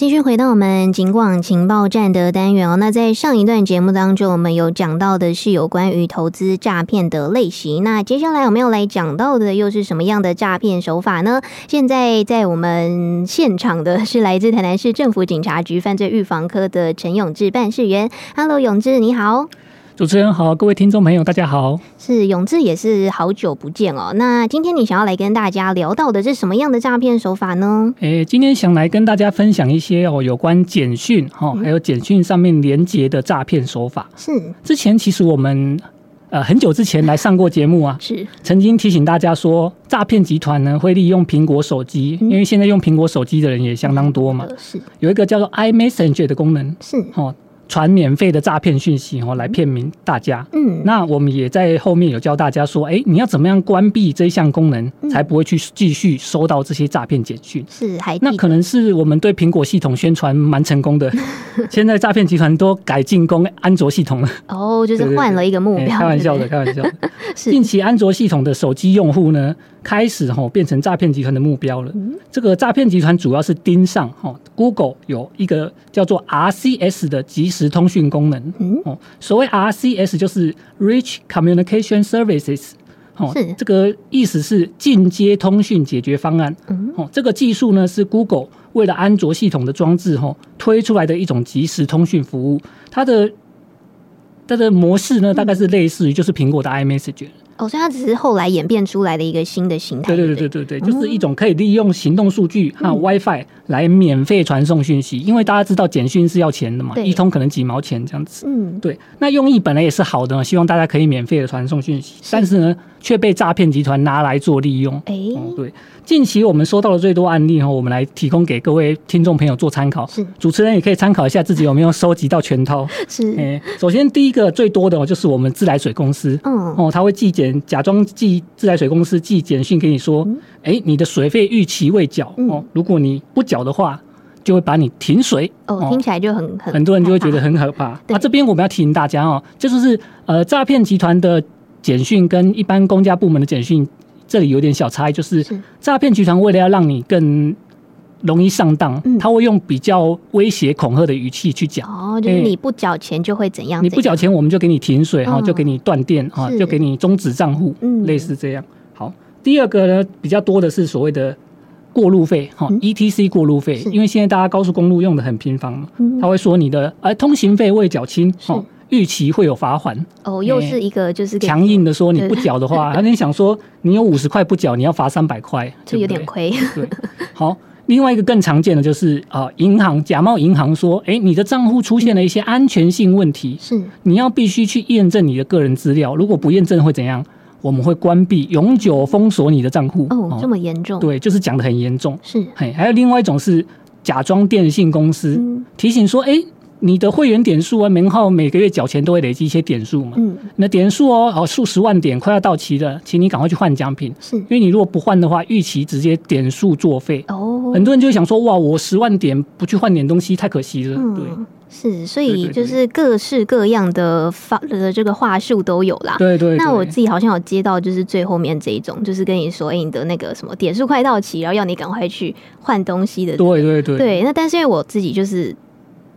继续回到我们警广情报站的单元哦。那在上一段节目当中，我们有讲到的是有关于投资诈骗的类型。那接下来我们要来讲到的又是什么样的诈骗手法呢？现在在我们现场的是来自台南市政府警察局犯罪预防科的陈永志办事员。Hello，永志，你好。主持人好，各位听众朋友，大家好。是永志也是好久不见哦。那今天你想要来跟大家聊到的是什么样的诈骗手法呢？诶，今天想来跟大家分享一些哦有关简讯哈、哦，还有简讯上面连接的诈骗手法。是之前其实我们呃很久之前来上过节目啊，是，曾经提醒大家说，诈骗集团呢会利用苹果手机，嗯因为现在用苹果手机的人也相当多嘛，是有一个叫做 iMessage 的功能是，哦，传免费的诈骗讯息哦来骗民大家。嗯，那我们也在后面有教大家说，哎，你要怎么样关闭这一项功能，才不会去继续收到这些诈骗简讯。嗯是还记那可能是我们对苹果系统宣传蛮成 功的，现在诈骗集团都改进攻安卓系统了。哦，就对是对换对了一个目哎标，开玩笑对的，不开玩笑的。对， 是近期安卓系统的手机用户呢，开始吼、变成诈骗集团的目标了。嗯这个诈骗集团主要是盯上吼、Google 有一个叫做 RCS 的即时通讯功能。嗯哦，所谓 RCS 就是 Rich Communication Services。哦是，这个意思是进阶通讯解决方案。嗯哦，这个技术呢是 Google 为了安卓系统的装置吼、推出来的一种即时通讯服务，它的它的模式呢大概是类似于就是苹果的 iMessage，、哦，所以它只是后来演变出来的一个新的形态，对对对对对对对，就是一种可以利用行动数据和 WiFi 来免费传送讯息，因为大家知道简讯是要钱的嘛，对一通可能几毛钱这样子。不对，嗯，对，那用意本来也是好的，希望大家可以免费的传送讯息，但是呢，却被诈骗集团拿来做利用。诶，哦，对，近期我们收到的最多案例哦，我们来提供给各位听众朋友做参考。是主持人也可以参考一下自己有没有收集到 全套。是，诶，首先第一个最多的哦，就是我们自来水公司，嗯，哦，他会寄简，假装寄自来水公司寄简讯给你说，哎、你的水费逾期未缴嗯哦，如果你不缴的话，就会把你停水。哦，听起来就很很很多人就会觉得很可怕。对啊，这边我们要提醒大家哦，这就是呃诈骗集团的简讯跟一般公家部门的简讯，这里有点小差异，就是是诈骗集团为了要让你更容易上当，嗯他会用比较威胁恐吓的语气去讲。哦，就是哎你不缴钱就会怎样，你不缴钱，我们就给你停水哈、嗯就给你断电哈、是就给你终止账户，嗯类似这样。好，第二个呢，比较多的是所谓的过路费哈、嗯 e t c 过路费是，因为现在大家高速公路用的很频繁嘛，嗯他会说你的呃通行费未缴清，是哦，预期会有罚款，怎样，哦，又是一个就是给嗯强，硬的说你对不缴 的话，他你想说你有五十块不缴，你要罚三百块，就对有不对点亏，对，好。另外一个更常见的就是啊，呃银行假冒银行说，哎，你的账户出现了一些安全性问题，是你要必须去验证你的个人资料，如果不验证会怎样？我们会关闭、永久封锁你的账户。哦，这么严重，，对，就是讲的很严重。是，嘿，还有另外一种是假装电信公司、嗯提醒说，哎、你的会员点数啊，门号每个月缴钱都会累积一些点数嘛，嗯，那点数哦，哦，数十万点快要到期了，请你赶快去换奖品，是因，为你如果不换的话，预期直接点数作废。哦，很多人就会想说，哇，我十万点不去换点东西，太可惜了。对。嗯，是，所对以对就对是各式各样的法的这个话术都有啦。对对那对我自己好像有接到，就是最后面这一种，就是跟你说，哎、你的那个什么点数快到期，然后要你赶快去换东西的。对对对对，那但是因为我自己就是。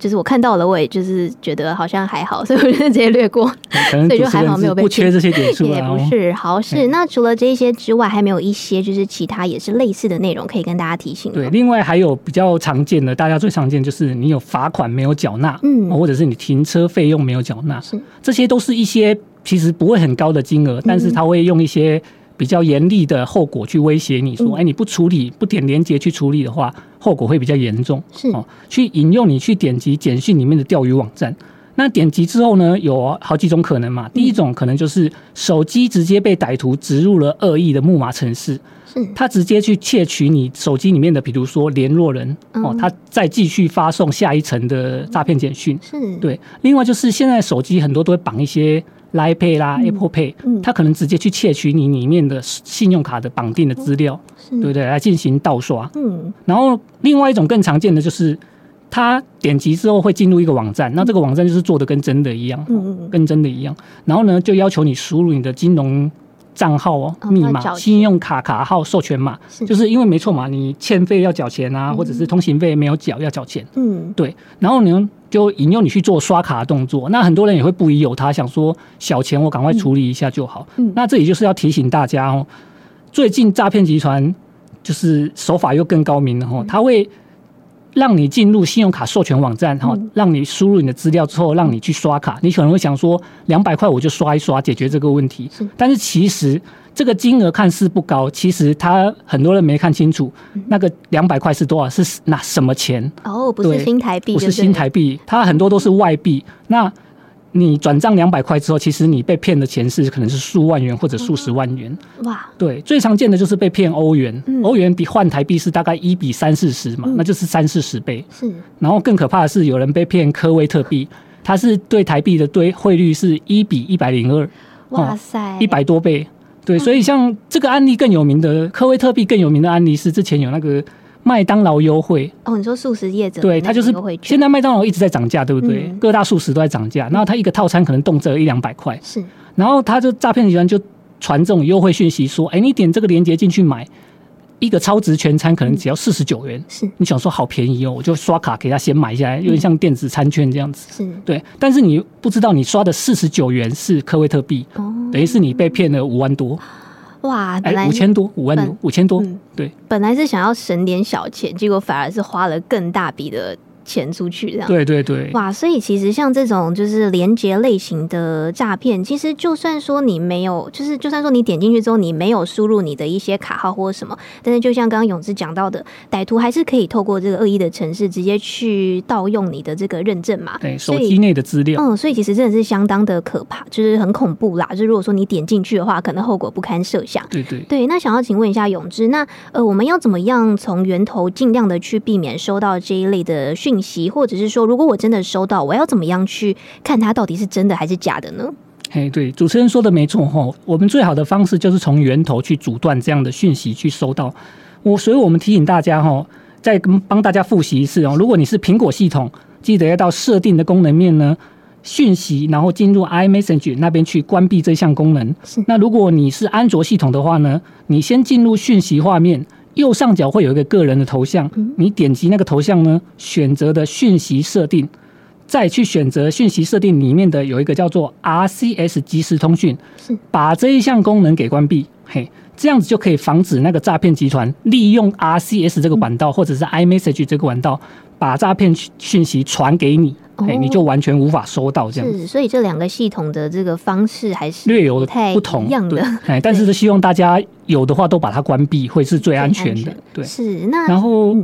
就是我看到了，我也就是觉得好像还好，所以我就直接略过，可能所主以就持还好人没有 是被不缺这些点数 也啊。不哦是好事。那除了这些之外，还没有一些就是其他也是类似的内容可以跟大家提醒吗。对，另外还有比较常见的，大家最常见就是你有罚款没有缴纳，嗯哦或者是你停车费用没有缴纳是，这些都是一些其实不会很高的金额，但嗯是他会用一些比较严厉的后果去威胁你说，嗯哎，你不处理，不点连接去处理的话，后果会比较严重。是哦，去引诱你去点击简讯里面的钓鱼网站。那点击之后呢，有好几种可能嘛。嗯第一种可能就是手机直接被歹徒植入了恶意的木马程式，是他直接去窃取你手机里面的，比如说联络人哦嗯，他再继续发送下一层的诈骗简讯。是，对，另外就是现在手机很多都会绑一些 Line Pay 啦、Apple Pay，嗯他可能直接去窃取你里面的信用卡的绑定的资料，是对不对？来进行盗刷。嗯然后另外一种更常见的就是，他点击之后会进入一个网站，那这个网站就是做的跟真的一样，嗯嗯跟真的一样。然后呢，就要求你输入你的金融账号哦、哦密要码、找嗯信用卡卡号、授权码，是就是因为没错嘛，你欠费要缴钱啊，或者是通行费没有缴要缴钱，嗯，对，然后呢就引诱你去做刷卡的动作。那很多人也会不疑有他，想说小钱我赶快处理一下就好。嗯那这里就是要提醒大家哦，最近诈骗集团就是手法又更高明了嗯哦，他会。让你进入信用卡授权网站嗯哈，哦让你输入你的资料之后，让你去刷卡。你可能会想说，两百块我就刷一刷，解决这个问题是。但是其实这个金额看似不高，其实他很多人没看清楚，嗯那个两百块是多少，是拿什么钱？哦，不是对新台币，不是新台币，它很多都是外币。那你转账两百块之后，其实你被骗的钱是可能是数万元或者数十万元。对不对，哇，对，最常见的就是被骗欧元嗯，欧元比换台币是大概一比三四十嘛嗯，那就是三四十倍。是然后更可怕的是，有人被骗科威特币，它是对台币的对汇率是一比一百零二，哇塞，哦一百多倍。对，所以像这个案例更有名的科威特币更有名的案例是之前有那个麦当劳优惠，哦，你说素食业者对，那它就是个优惠券现在麦当劳一直在涨价，对不对？嗯各大素食都在涨价，然后它一个套餐可能动辄一两百块，是然后它就诈骗集团就传这种优惠讯息说，哎，你点这个链接进去买一个超值全餐，可能只要四十九元。是你想说好便宜哦，我就刷卡给他先买下来，有点像电子餐券这样子。是对，但是你不知道你刷的四十九元是科威特币，哦，等于是你被骗了五万多，哇，本哎，来五千多，五万多本，五千多嗯，对。本来是想要省点小钱，结果反而是花了更大笔的钱出去，这样。对对对，哇，所以其实像这种就是连接类型的诈骗，其实就算说你没有，就是就算说你点进去之后你没有输入你的一些卡号或者什么，但是就像刚刚永志讲到的，歹徒还是可以透过这个恶意的程式直接去盗用你的这个认证码，对，所手以机内的资料，嗯，所以其实真的是相当的可怕，就是很恐怖啦。就是如果说你点进去的话，可能后果不堪设想。对对。对，那想要请问一下永志，那呃，我们要怎么样从源头尽量的去避免收到这一类的讯息，或者是说，如果我真的收到，我要怎么样去看它到底是真的还是假的呢？哎，对，主持人说的没错吼，我们最好的方式就是从源头去阻断这样的讯息去收到。我，所以我们提醒大家吼，再跟帮大家复习一次哦。如果你是苹果系统，记得要到设定的功能面呢。讯息，然后进入 iMessage 那边去关闭这项功能是。那如果你是安卓系统的话呢，你先进入讯息画面，右上角会有一个个人的头像，嗯你点击那个头像呢，选择的讯息设定，再去选择讯息设定里面的有一个叫做 RCS 即时通讯是，把这一项功能给关闭，嘿，这样子就可以防止那个诈骗集团利用 RCS 这个管道、或者是 iMessage 这个管道，把诈骗讯讯息传给你，嘿，哦你就完全无法收到这样子。是，所以这两个系统的这个方式还是略有太不同一样，对的，哎，但是希望大家有的话都把它关闭，会是最安全的，对。是那然后，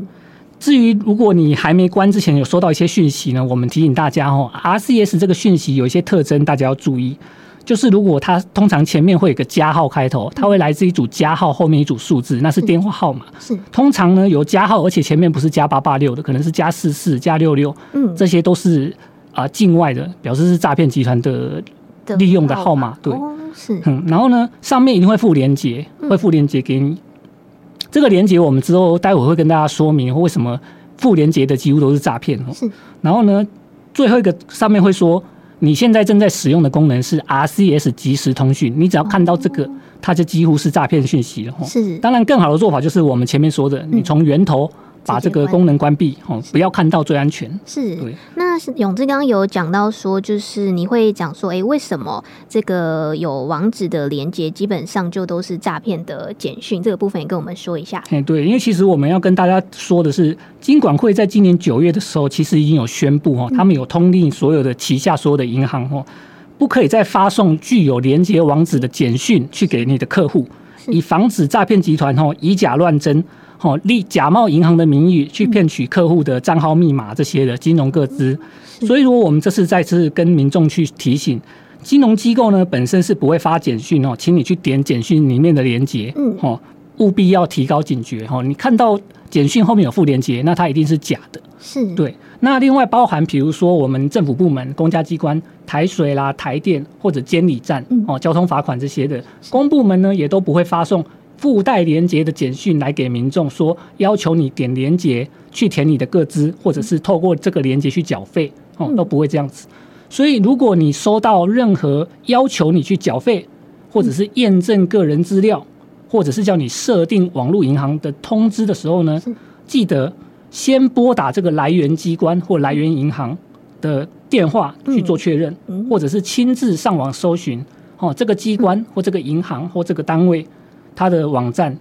至于如果你还没关之前有收到一些讯息呢，我们提醒大家哦，RCS 这个讯息有一些特征，大家要注意。就是如果它通常前面会有个加号开头，它会来自一组加号，后面一组数字，那是嗯电话号码。是通常呢有加号，而且前面不是加八八六的，可能是加四四、加六六，嗯这些都是啊、呃境外的，表示是诈骗集团的利用的号码对哦是嗯，然后呢，上面一定会附链接，嗯会附链接给你。这个链接我们之后待会会跟大家说明为什么附链接的几乎都是诈骗哦。是然后呢，最后一个上面会说你现在正在使用的功能是 RCS 即时通讯，你只要看到这个，它就几乎是诈骗讯息了哦。哦是嗯当然，更好的做法就是我们前面说的，你从源头把这个功能关闭哦，不要看到最安全。是对，那是永志刚刚有讲到说，就是你会讲说，诶，为什么这个有网址的连接基本上就都是诈骗的简讯？这个部分也跟我们说一下。哎，对，因为其实我们要跟大家说的是，金管会在今年九月的时候，其实已经有宣布哦，他们有通令所有的旗下所有的银行哦，不可以再发送具有连接网址的简讯去给你的客户，以防止诈骗集团哦以假乱真。哦，利假冒银行的名义去骗取客户的账号密码这些的金融个资，所以如果我们这次再次跟民众去提醒，金融机构呢本身是不会发简讯哦，请你去点简讯里面的连接，嗯哦，务必要提高警觉哦。你看到简讯后面有附连接，那它一定是假的。是，，对，那另外包含比如说我们政府部门、公家机关、台水啦、台电或者监理站嗯哦，交通罚款这些的，公部门呢也都不会发送附带连接的简讯来给民众说，要求你点连接去填你的个资，或者是透过这个连接去缴费哦，都不会这样子。所以如果你收到任何要求你去缴费。或者是验证个人资料，或者是叫你设定网络银行的通知的时候呢，记得先拨打这个来源机关或来源银行的电话去做确认，嗯或者是亲自上网搜寻哦这个机关或这个银行或这个单位它的网站。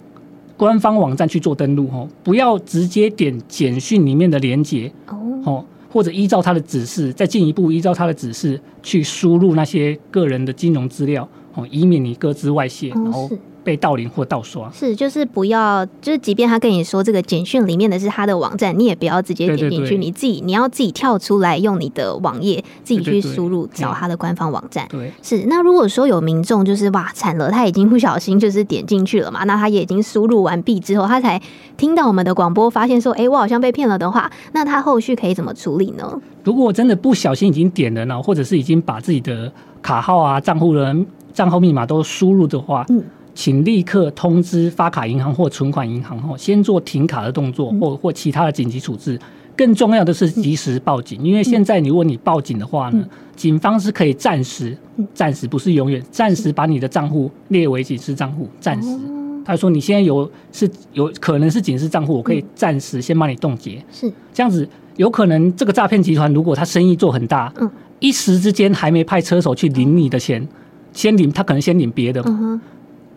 官方网站去做登录哦，不要直接点简讯里面的连接，哦，哦，或者依照他的指示，再进一步依照他的指示去输入那些个人的金融资料哦，以免你各自外泄，哦然后是被盗领或盗刷。是，就是不要，就是即便他跟你说这个简讯里面的是他的网站，你也不要直接对点对进去，对你自己你要自己跳出来，用你的网页自己对对去对输入找嗯他的官方网站。对是，那如果说有民众就是哇惨了，他已经不小心就是点进去了嘛，那他也已经输入完毕之后，他才听到我们的广播，发现说，哎，我好像被骗了的话，那他后续可以怎么处理呢？如果真的不小心已经点了呢，或者是已经把自己的卡号啊、账户的账号密码都输入的话，嗯请立刻通知发卡银行或存款银行哦，先做停卡的动作，嗯或或其他的紧急处置。更重要的是及时报警，因为现在你如果你报警的话呢，警方是可以暂时嗯、暂时不是永远，暂时把你的账户列为警示账户，暂时。哦他说你现在有是有可能是警示账户，我可嗯以暂时先帮你冻结。是，这样子有可能这个诈骗集团如果他生意做很大，嗯一时之间还没派车手去领你的钱，先领他可能先领别的，嗯哼，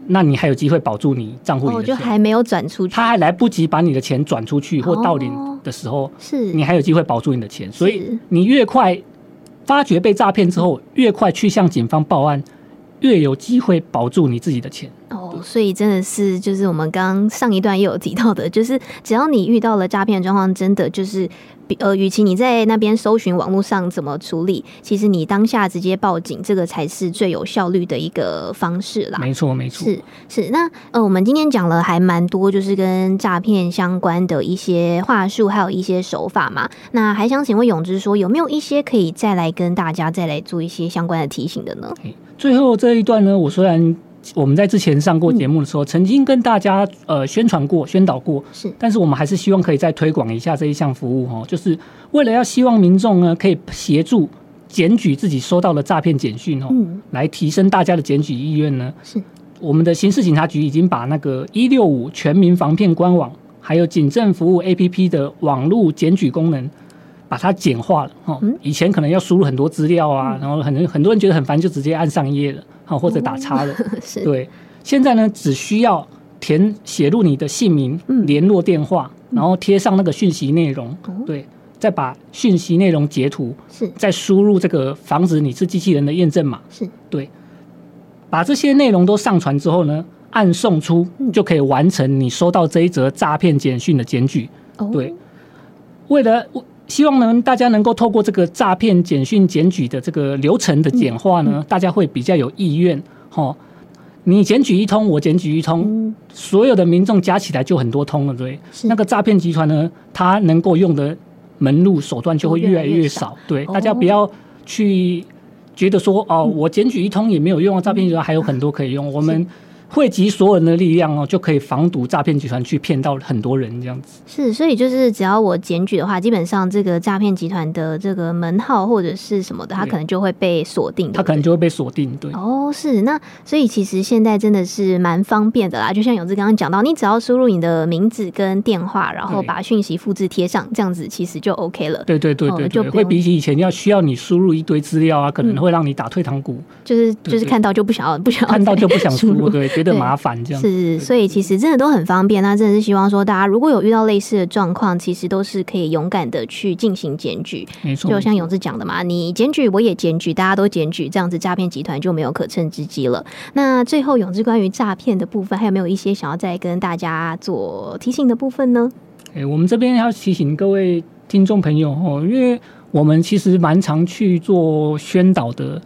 那你还有机会保住你账户哦，里就的钱。还没有转出去，他还来不及把你的钱转出去或哦到领的时候，是你还有机会保住你的钱。所以是你越快发觉被诈骗之后，越快去向警方报案，越有机会保住你自己的钱。哦，所以真的是就是我们刚上一段也有提到的， 就是只要你遇到了诈骗的状况，真的就是比呃，与其你在那边搜寻网络上怎么处理，其实你当下直接报警，这个才是最有效率的一个方式啦。没错，没错。是是，那呃，我们今天讲了还蛮多，就是跟诈骗相关的一些话术，还有一些手法嘛。那还想请问永之说，有没有一些可以再来跟大家再来做一些相关的提醒的呢？嘿最后这一段呢，我虽然我们在之前上过节目嗯的时候，曾经跟大家呃宣传过、宣导过，是但是我们还是希望可以再推广一下这一项服务哦，就是为了要希望民众呢可以协助检举自己收到的诈骗简讯哦，嗯，来提升大家的检举意愿呢。是 我们的刑事警察局已经把那个一六五全民防骗官网，还有警政服务 APP 的网络检举功能，把它简化了哦嗯。以前可能要输入很多资料啊，然后很多很多人觉得很烦，就直接按上一页了，好或者打叉了。是，对，现在呢，只需要填写入你的姓名、嗯联络电话，然后贴上那个讯息内容哦，对，再把讯息内容截图，是再输入这个防止你是机器人的验证码，是对，把这些内容都上传之后呢，按送出嗯就可以完成你收到这一则诈骗简讯的检举。哦，对，为了我希望呢，大家能够透过这个诈骗简讯检举的这个流程的简化嗯呢，大家会比较有意愿。哦，你检举一通，我检举一通，嗯，所有的民众加起来就很多通了，对。是那个诈骗集团呢，它能够用的门路手段就会越来越来越越少少。对，哦嗯大家不要去觉得说哦，我检举一通也没有用啊，诈骗集团还有很多可以用。我们汇集所有人的力量哦，就可以防堵诈骗集团去骗到很多人这样子。是，所以就是只要我检举的话，基本上这个诈骗集团的这个门号或者是什么的，他对可能就会被锁定。他对不可能对就会被锁定。对，哦，是那，所以其实现在真的是蛮方便的啦。就像永志刚刚讲到，你只要输入你的名字跟电话，然后对把讯息复制贴上，这样子其实就 OK 了。对对对哦对就对，不会用比起以前要需要你输入一堆资料啊，可能嗯会让你打退堂鼓，就是就是对看到就不想要，不想要看到哦再就不想输入输，对，觉得对麻烦这样子。是，对所以其实真的都很方便。那真的是希望说，大家如果有遇到类似的状况，其实都是可以勇敢的去进行检举。没错，就像勇志讲的嘛，你检举我也检举，大家都检举，这样子诈骗集团就没有可乘之机了。那最后，勇志关于诈骗的部分，还有没有一些想要再跟大家做提醒的部分呢？诶，我们这边要提醒各位听众朋友哦，因为我们其实蛮常去做宣导的。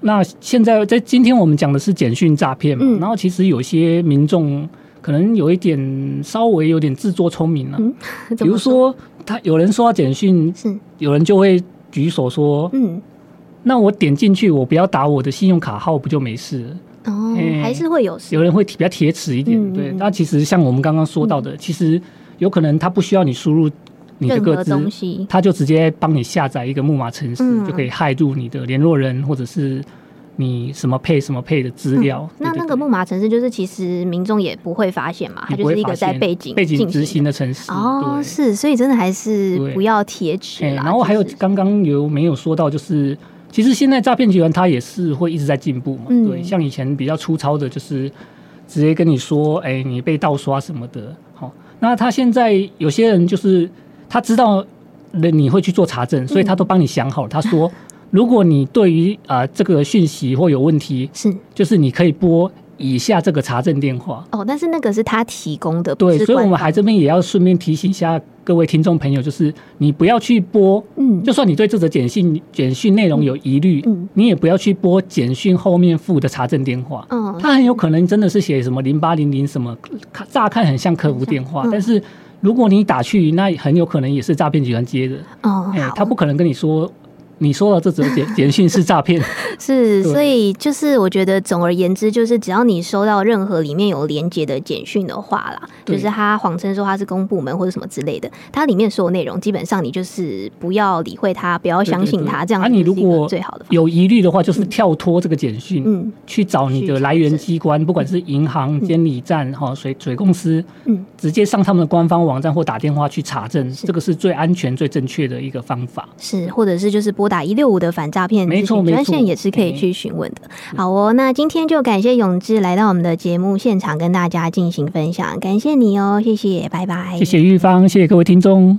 那现在在今天我们讲的是简讯诈骗嘛，嗯然后其实有些民众可能有一点稍微有点自作聪明了、啊嗯比如怎么说他有人收到简讯，是，有人就会举手说嗯，：“那我点进去，我不要打我的信用卡号，不就没事了？”哦，哎还是会有事，有人会比较铁齿一点，嗯对嗯。那其实像我们刚刚说到的，其实有可能他不需要你输入你的任个何资，东西，他就直接帮你下载一个木马程式，嗯就可以害入你的联络人或者是你什么配什么配的资料。嗯那对那对个对木马城市，就是其实民众也不会发现嘛，它你不就会是一个发在现背景背景进执行行的城市。哦，对是，所以真的还是对不要贴纸哎、啦。然后还有就是刚刚有没有说到，就是其实现在诈骗集团它也是会一直在进步嘛，嗯对，像以前比较粗糙的，就是直接跟你说，哎、你被盗刷什么的，好、那他现在有些人就是他知道人你会去做查证，所以他都帮你想好了，他说。嗯 如果你对于啊、呃这个讯息或有问题，是就是你可以拨以下这个查证电话，哦，但是那个是他提供的，不对，是所以我们官方还这边也要顺便提醒一下各位听众朋友，就是你不要去拨，嗯就算你对这则简讯简讯内容有疑虑，嗯你也不要去拨简讯后面附的查证电话，嗯它很有可能真的是写什么零八零零什么，看乍看很像客服电话，嗯但是如果你打去，那很有可能也是诈骗集团接的，哦哎、好，他不可能跟你说。你收到这则简 简讯是诈骗，是，对所以就是我觉得，总而言之，就是只要你收到任何里面有连接的简讯的话啦，就对是他谎称说他是公部门或者什么之类的，它里面所有内容，基本上你就是不要理会它，不要相信它，对对对这样啊子你就是如一个果最好的方法。有疑虑的话，就是跳脱这个简讯，嗯去找你的来源机关，不管是银行、监理站、哈水水公司，嗯，直接上他们的官方网站或打电话去查证，是这个是最安全、最正确的一个方法。是，或者是就是拨打一六五的反诈骗没咨错询没专错线也是可以哎去询问的。好哦，那今天就感谢永志来到我们的节目现场跟大家进行分享，感谢你哦，谢谢，拜拜，谢谢玉芳，谢谢各位听众。